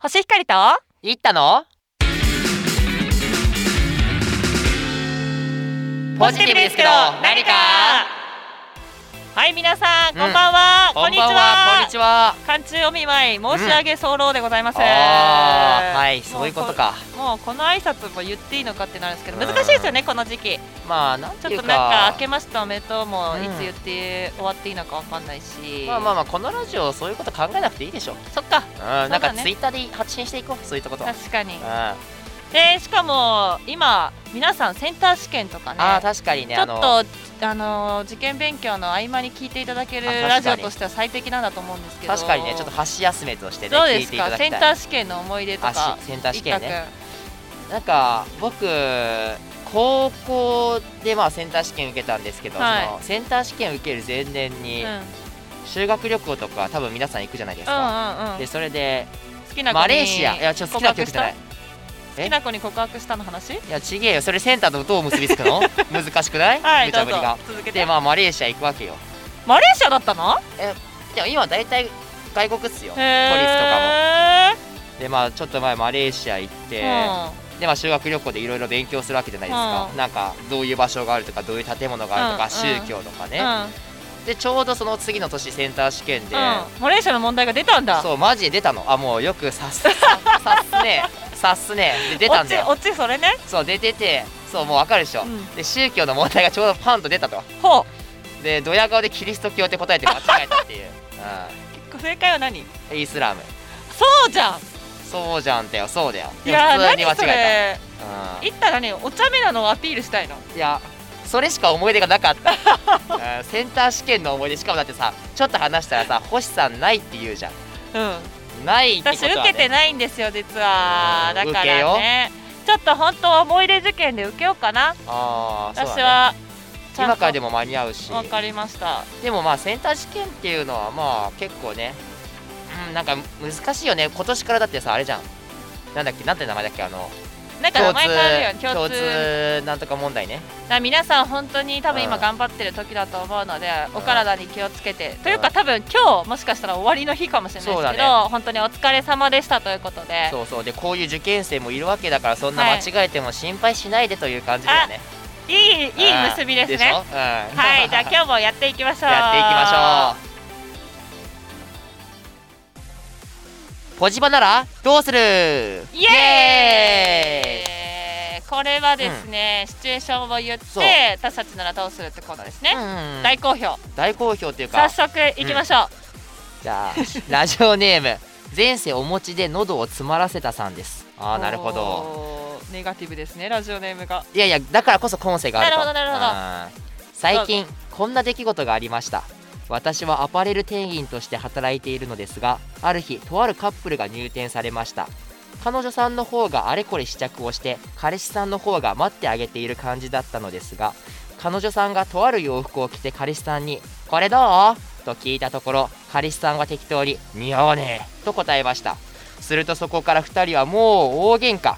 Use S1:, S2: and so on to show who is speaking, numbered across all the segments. S1: 星光と
S2: 行ったのポジティブですけど何か
S1: はい皆さん
S2: うん
S1: こんばんは、こんにちは
S2: こんにちは
S1: 寒中お見舞い申し上げ候でございます、
S2: あーはいそういうことか
S1: もうこもうこの挨拶も言っていいのかってなるんですけど難しいですよねこの時期
S2: まあなん
S1: ち
S2: て
S1: ょっ
S2: いう
S1: と
S2: か
S1: なんか明けましておめでとうも
S2: う
S1: い
S2: ん
S1: つ言って終わっていいのかわかんないし、
S2: まあまあまあこのラジオそういうこと考えなくていいでしょう
S1: そっか
S2: んなん
S1: そ
S2: か
S1: うだね
S2: ツイッターで発信していこうそういったことは
S1: 確かに
S2: うんあ
S1: でしかも今皆さんセンター試験とかね
S2: あー確かにね
S1: ちょ
S2: あ
S1: っ
S2: の
S1: とあの受験勉強の合間に聞いていただける
S2: あ確かに
S1: ラジオとしては最適なんだと思うんですけど
S2: 確かにねちょっと箸休めとしてね
S1: どう
S2: 聞
S1: で
S2: い
S1: す
S2: ていた
S1: か
S2: だ
S1: セ
S2: き
S1: ンタ
S2: たい
S1: ー試験の思い出と
S2: あ
S1: か
S2: しセンター試験ね
S1: ね
S2: なんか僕高校でまあセンター試験受けたんですけど、
S1: はい
S2: そのセンター試験受ける前年
S1: うん
S2: に
S1: うんうん
S2: 修学旅行とか多分皆さん行くじゃないですか、
S1: うん
S2: でそれで
S1: 好きな子に
S2: マレーシアいやちょっと好きな曲じゃない
S1: 好きな子に告白したの話
S2: いやちげえよそれセンターとどう結びつく の難しくない、
S1: はい
S2: 無
S1: ど
S2: 茶
S1: う
S2: ぶ
S1: ぞ
S2: りが
S1: 続けて
S2: でまあマレーシア行くわけよ
S1: マレーシアだったの
S2: でも今大体外国っすよ
S1: へ
S2: 都
S1: え
S2: 立とかもでまあちょっと前マレーシア行って、でまあ修学旅行でいろいろ勉強するわけじゃないですか、
S1: うん
S2: なんかどういう場所があるとかどういう建物があるとか、
S1: うんうん
S2: 宗教とか
S1: う
S2: ね、
S1: んうん
S2: でちょうどその次の年センター試験で、
S1: うんマレーシアの問題が出たんだ
S2: そうマジで出たのあもうよくさっささっすねさっすねで出たんだよ
S1: オチオチそれね
S2: そう出ててそうもうわかるでしょ、
S1: うん
S2: で宗教の問題がちょうどパンと出たと
S1: ほう
S2: でドヤ顔でキリスト教って答えて間違えたっ ていう、
S1: 正解は何
S2: うん、イスラム
S1: そうじゃん
S2: そうじゃんだよそうだよ
S1: いやー
S2: 普通に間
S1: 何そ
S2: 違え
S1: れ
S2: たうん
S1: 行ったらねお茶目なのをアピールしたいの
S2: いやそれしか思い出がなかった うんセンター試験の思い出しかもだってさちょっと話したらさ星さんないって言うじゃ
S1: うん
S2: んないってこ
S1: 私
S2: とは、ね、
S1: 受けてないんですよ実は
S2: う
S1: だ
S2: ん
S1: からねちょっと本当は思い出受験で受けようかな
S2: ああそう
S1: 私
S2: だ、ね、
S1: はちゃんと
S2: 今からでも間に合うし
S1: わかりました
S2: でもまあセンター試験っていうのはまあ結構ね、うん、なんか難しいよね今年からだってさあれじゃんなんだっけなんて名前だっけあの
S1: なんか名前変わるよね共
S2: 共
S1: 通
S2: 通なんとか問題ね
S1: だから皆さん本当に多分今
S2: うん
S1: 頑張ってる時だと思うので
S2: うん
S1: お体に気をつけてというか多分今日もしかしたら終わりの日かもしれないです
S2: そう
S1: け
S2: だ
S1: ど本当にお疲れ様でしたということで
S2: そうそうでこういう受験生もいるわけだからそんな間違えても心配しないでという感じだよね、
S1: いいいい
S2: うん
S1: 結びです
S2: しょ
S1: ね
S2: うんは
S1: はいじゃあ今日もやっていきましょう
S2: やっていきましょうポジバならどうするイ
S1: イエーイこれはですね、シチュエーションを言っ
S2: そう
S1: て私たちならどうするってことですね、
S2: うん
S1: 大好評
S2: 大好評という
S1: 早
S2: か
S1: 速いきましょう、
S2: じゃあラジオネーム前世お持ちで喉を詰まらせたさんですああなるほ
S1: ど
S2: ど
S1: ネガティブですねラジオネームが
S2: いやいやだからこそ今世がある
S1: な
S2: と
S1: るほどな
S2: るほど最近こんな出来事がありました私はアパレル店員として働いているのですがある日とあるカップルが入店されました彼女さんの方があれこれ試着をして彼氏さんの方が待ってあげている感じだったのですが彼女さんがとある洋服を着て彼氏さんに「これどう?」と聞いたところ彼氏さんは適当に「似合わねえ」と答えましたするとそこから2人はもう大喧嘩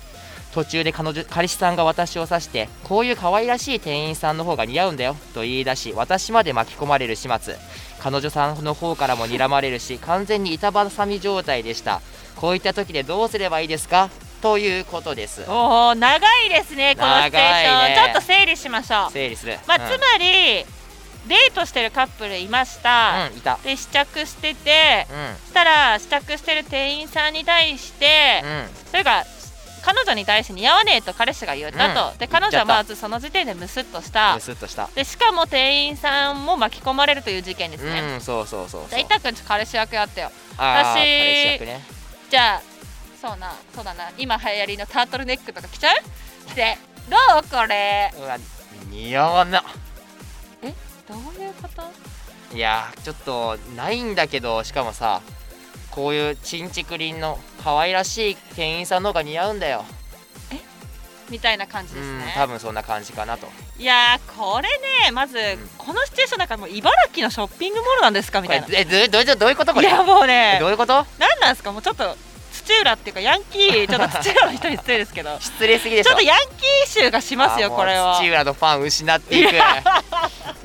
S2: 途中で彼女彼氏さんが私を指してこういう可愛らしい店員さんの方が似合うんだよと言い出し私まで巻き込まれる始末彼女さんの方からも睨まれるし完全に板挟み状態でしたこういった時でどうすればいいですかということです
S1: おお長いですねこのシチュエーション、
S2: 長いね
S1: ちょっと整理しましょう
S2: 整理する
S1: まあ、
S2: う
S1: つ
S2: ん
S1: まり、デートしてるカップルいました、
S2: うんいた
S1: で試着してて
S2: うん
S1: そしたら試着してる店員さんに対して、
S2: うん
S1: それが彼女に対して似合わねえと彼氏が言ったと、
S2: うん
S1: で彼女は
S2: 言っちゃった
S1: まずその時点でムスッとした
S2: ムスッとした
S1: でしかも店員さんも巻き込まれるという事件ですね、
S2: うんそうそうそうそう
S1: じゃあいたくんち彼氏役やってよ
S2: あー
S1: 私
S2: 彼氏役ね
S1: じゃあそうなそうだな今流行りのタートルネックとか着ちゃう着てどうこれ
S2: うわ似合わな
S1: どういうこと
S2: いやーちょっとないんだけどしかもさこういうちんちくりんの可愛らしい店員さんの方が似合うんだよ、
S1: みたいな感じ
S2: う
S1: です
S2: ん
S1: ね
S2: 多分そんな感じかなと
S1: いやーこれねまず、
S2: ん
S1: このシチュエーションなんかもう茨城のショッピングモールなんですかみたいな
S2: これえどどどういうことこ
S1: い
S2: れ
S1: やもう
S2: え
S1: ね
S2: どういうこと
S1: なんなんですかもうちょっと土浦っていうかヤンキーちょっと土浦の人に失礼ですけど
S2: 失礼すぎでし
S1: ち
S2: ょ
S1: ょっとヤンキー臭がしますよ
S2: あーもう
S1: これは
S2: 土浦のファン失っていく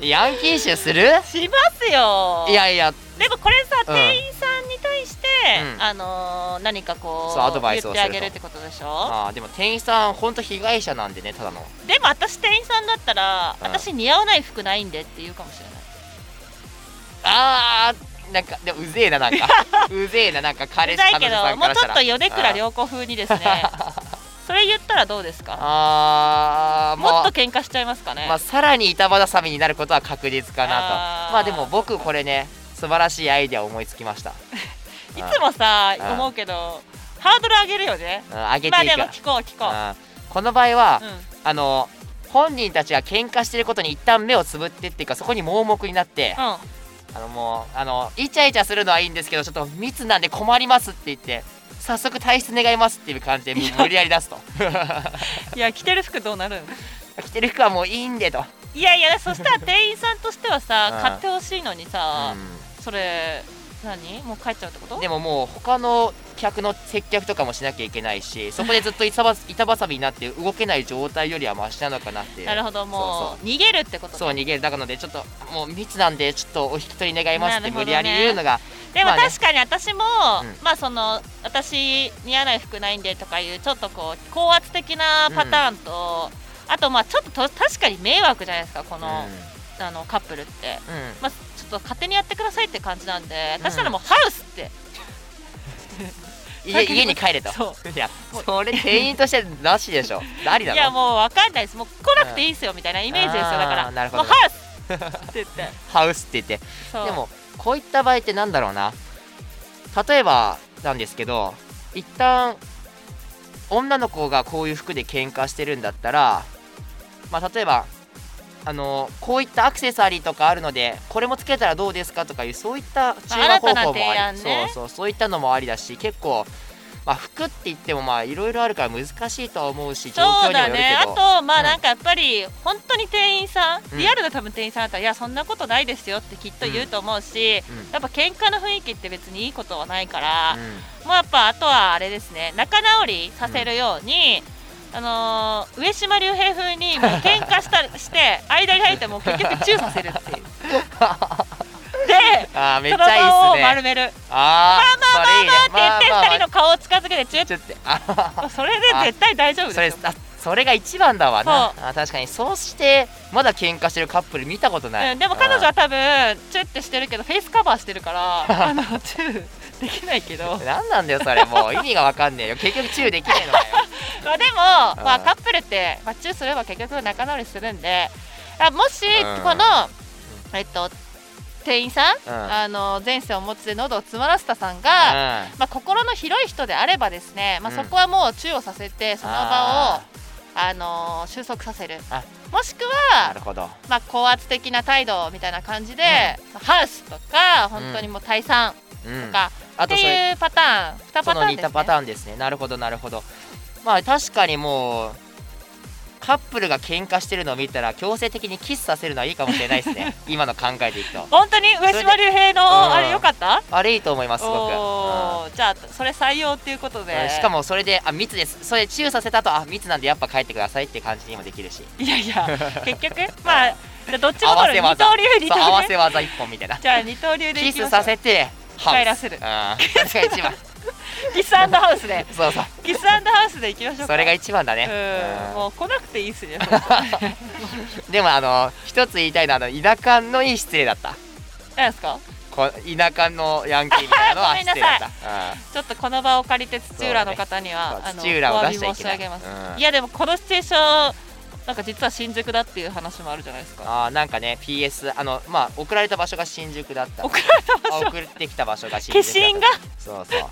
S1: い
S2: ヤンキー臭する
S1: しますよ
S2: いやいや
S1: でもこれさ、
S2: うん
S1: 店員さんに対して、
S2: うん
S1: あのー何かこう
S2: そうアドバイス
S1: 言
S2: を
S1: っ
S2: す
S1: て
S2: る
S1: あ
S2: と
S1: げるってことでしょ
S2: あーでも店員さん本当被害者なんでねただの
S1: でも私店員さんだったら、
S2: うん
S1: 私似合わない服ないんでって言うかもしれない
S2: あーなんかでもうぜえなな んかうぜえななんか彼
S1: う
S2: 氏
S1: ざい
S2: 彼
S1: け
S2: 女さ
S1: ど
S2: ん
S1: も
S2: か
S1: う
S2: ら
S1: ち
S2: し
S1: ょ
S2: た
S1: っ
S2: ら
S1: とよでくら良子風に ですねそれ言ったらどうですか
S2: あー
S1: もっ
S2: ま
S1: と
S2: あ
S1: 喧嘩しちゃいますかね、
S2: まあさらに板挟みになることは確実かなと
S1: あー
S2: まあでも僕これね素晴らしいアイデアを思いつきました
S1: いつもさ
S2: うん
S1: 思うけどハードル上げるよね
S2: うん上げ
S1: ま
S2: て
S1: あで
S2: いく
S1: も聞こう聞こう
S2: うんこの場合は、
S1: うん
S2: あの本人たちが喧嘩してることに一旦目をつぶってっていうかそこに盲目になって、
S1: うん
S2: あのもうあのイチャイチャするのはいいんですけどちょっと密なんで困りますって言って早速退出願いますっていう感じで
S1: いや
S2: 無理やり出 すと
S1: いや着てる服どうなるん
S2: 着てる服はもういいんでと、
S1: いやいやそ したら店員さんとしてはさ
S2: うん
S1: 買ってほしいのにさ、それ何もう帰っちゃうってこと
S2: でももう他の客の接客とかもしなきゃいけないし そこでずっと板ば板挟みになって動けない状態よりはマシなのかなってい う
S1: なるほどもう逃げるってことね
S2: そう逃げるだからのでちょっともう密なんでちょっとお引き取り願いますっ
S1: な
S2: て
S1: るほ
S2: 無
S1: どね
S2: 理やり言うのが、
S1: でも
S2: まあね
S1: 確かに私も、
S2: うん
S1: まあその私似合わない服ないんでとかいうちょっとこう高圧的なパターンと、あとまあちょっとと確かに迷惑じゃないですかこの,、あのカップルって。
S2: うんうん
S1: まあ、ちょっと勝手にやってくださいって感じなんで
S2: うん
S1: 私ならもうハウスって、
S2: 家家に帰れと
S1: そ
S2: いやそれ店員としてなしでしょありだ
S1: い
S2: ろ
S1: やもう分かんないですもう来なくていいですよみたいなイメージですよだから
S2: あーなるほ
S1: も
S2: ど
S1: うハウスって言って
S2: ハウスって言って
S1: そう
S2: でもこういった場合ってなんだろうな例えばなんですけど一旦女の子がこういう服で喧嘩してるんだったらまあ例えばあのこういったアクセサリーとかあるのでこれもつけたらどうですかとかいうそういった中和方法
S1: まあ新
S2: も
S1: た
S2: あ
S1: な
S2: り
S1: 提案ね
S2: そうそうそういったのもありだし結構、まあ、服って言ってもまあいろいろあるから難しいとは思うし状
S1: そ
S2: 況
S1: う
S2: にもよ
S1: だ
S2: る
S1: ね
S2: け
S1: あ
S2: ど、
S1: とま
S2: う
S1: あ
S2: ん
S1: なんかやっぱり本当に店員さん、
S2: うん
S1: リアルな多分店員さんだったらいやそんなことないですよってきっと言うと思うし、やっぱ喧嘩の雰囲気って別にいいことはないから、
S2: うんうん
S1: もうやっぱあとはあれですね仲直りさせるように、あのー上島竜兵風にもう喧嘩した して間に入ってもう結局チューさせるっていう。で
S2: あーめっ
S1: そ
S2: ち
S1: の場
S2: ゃいいっ
S1: を
S2: すね
S1: 丸めるって
S2: あーそれいいね
S1: 言って
S2: まあまあまあ
S1: 2人の顔を近づけてチュ
S2: ちょっとあは
S1: ッ
S2: は
S1: それで絶対大丈夫
S2: そ
S1: で
S2: れ
S1: すよ。
S2: あそれが一番だわなあ確かにそうしてまだ喧嘩してるカップル見たことない、
S1: うん、でも彼女
S2: あ
S1: は多分チュッてしてるけどフェイスカバーしてるからあのチューできないけど
S2: ー何なんだよそれも う意味がわかんねえよ結局チューできねえのかよ
S1: まあでも、まあ、カップルって、まあ、チューすれば結局仲直りするんであもし
S2: うん
S1: この、えっと、店員さん、
S2: うん
S1: あの前世をお持ちで喉を詰まらせたさんが、まあ、心の広い人であればですね、まあ、
S2: うん
S1: そこはもうチューをさせてその場を
S2: あ
S1: あの収束させる
S2: あ
S1: もしく
S2: うんな
S1: は
S2: る、ほど
S1: まあ、高圧的な態度みたいな感じで、まあハウスとか本当にもう退散
S2: うん
S1: とか、
S2: あ
S1: って
S2: とそれ
S1: いうパターン2パ
S2: そ
S1: ターン
S2: の似
S1: です
S2: た
S1: ね
S2: パターンですねなるほどなるほどまあ確かにもうカップルが喧嘩してるのを見たら強制的にキスさせるのはいいかもしれないで すね今の考えでいくと
S1: 本当に上島竜兵のあれよかった
S2: あれいいと思いますすごく、
S1: おーじゃあそれ採用っていうことで、
S2: うんしかもそれであ密ですそれチューさせた後あ密なんでやっぱ帰ってくださいって感じにもできるし
S1: いやいや結局ま あじゃあどっちも
S2: 合わ
S1: 取
S2: せ
S1: る二
S2: 技
S1: 刀流二
S2: そう合わ
S1: 刀
S2: せ
S1: 流
S2: 技一本みたいな
S1: じゃあ二刀流で
S2: キ
S1: いき
S2: ス
S1: ましょ
S2: さ
S1: う
S2: せてハウス
S1: 帰らせる
S2: うんそれが 一番
S1: キスアンドハウスで
S2: そうそう
S1: キスアンドハウスでいきましょうか
S2: それが一番だね
S1: うん
S2: う
S1: もう来なくていいっすね
S2: んでもあの一つ言いたいのはあの田舎のいい失礼だった
S1: 何ですか
S2: こ田舎のヤンキーみたいなのは
S1: ごめんな
S2: 失
S1: さ
S2: 礼
S1: い
S2: だったうん
S1: ちょっとこの場を借りて土浦の方には、
S2: そう
S1: あの
S2: 土浦を
S1: お
S2: 出しち
S1: 詫
S2: ゃ
S1: び申
S2: いけ
S1: し
S2: ない
S1: 上げます、
S2: うん
S1: いやでもこのシチュエーションなんか実は新宿だっていう話もあるじゃないですか
S2: あーなんかね PS あのまあ送られた場所が新宿だった
S1: 送られた 場
S2: あ
S1: 所
S2: 送ってきた場所が新
S1: 化
S2: 宿だ
S1: 身
S2: っ
S1: が
S2: たそ うそう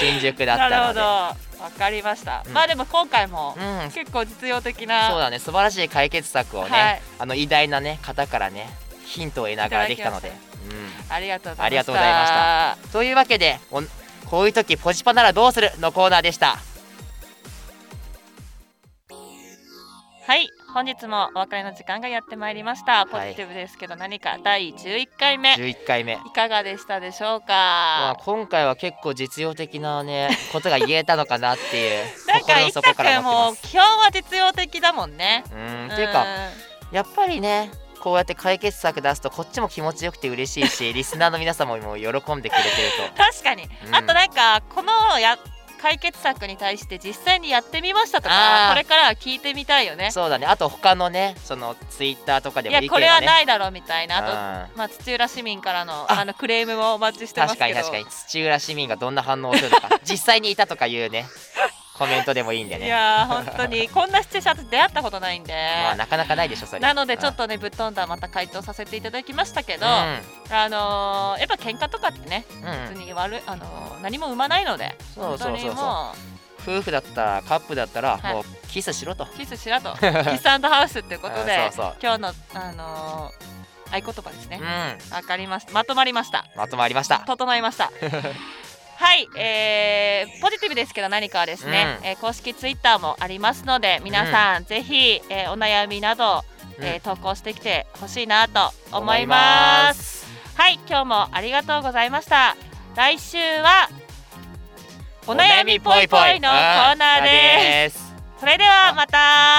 S2: 新宿だった
S1: な
S2: ので
S1: るほどわかりました、
S2: うん
S1: まあでも今回も
S2: うん
S1: 結構実用的
S2: そう
S1: な
S2: だね素晴らしい解決策をね、
S1: はい
S2: あの偉大なね方からねヒントを得ながらできたので
S1: いただ
S2: う
S1: ありがとうございました
S2: ありがとうございましたん、というわけでおんこういう時ポジパならどうするのコーナーでした
S1: はい本日もお別れの時間がやってまいりましたポジティブですけど何か第11回目い
S2: 11回目
S1: かがでしたでしょう
S2: まあ
S1: か
S2: 今回は結構実用的 なねことが言えたのかなっていう
S1: なんか
S2: 心の
S1: 一
S2: 底
S1: 太
S2: から
S1: くん
S2: 思
S1: も
S2: っ
S1: う
S2: て
S1: 基本は実用的だもんね
S2: ますうんっていうかやっぱりねこうやって解決策出すとこっちも気持ちよくて嬉しいしリスナーの皆様も喜んでくれてる
S1: 確かに、
S2: うん
S1: あとなんかこのや解決策に対して実際にやってみましたと
S2: あ
S1: か
S2: ー
S1: これからは聞いてみたいよね
S2: とそうだねあと他のねそのツイッターとかで
S1: い
S2: も
S1: や
S2: 意見を
S1: こ
S2: ね
S1: れはないだろうみたいなあと
S2: うん
S1: まあ、土浦市民からの
S2: あ
S1: あのクレームもお待ちしてます
S2: 確
S1: けど
S2: かに確かに土浦市民がどんな反応をするのか実際にいたとかい うねコメントでもいいんで
S1: い
S2: ね
S1: やー本当にこんなシチュエーション私出会ったことないんで、
S2: まあなかなかないでしょそれ
S1: なのでちょっ
S2: と
S1: とねぶっ飛んだまた回答させていただきましたけど、
S2: う
S1: あのーやっぱ喧嘩とかってね
S2: ん、うん
S1: 別に悪い、あのー何も生まないので
S2: そう
S1: 本当
S2: そう
S1: に
S2: そうそう
S1: も
S2: 夫婦だったらカップだったら
S1: はい
S2: もうキスしろと、
S1: うキスしら とキスハウスっていうことで
S2: うんそうそう
S1: 今日の、あのー合言葉ですね
S2: うん
S1: わかりましたまとまりました
S2: まとまりました
S1: 整いました はい、えーポジティブですけど何かはですね、
S2: うん
S1: えー公式ツイッターもありますので皆さん、ぜひ、えーお悩みなど、えー投稿してきてほしいなと思います
S2: す
S1: はい今日もありがとうございました来週はお
S2: お
S1: 悩みぽいぽいのコーナーです
S2: す
S1: それではまた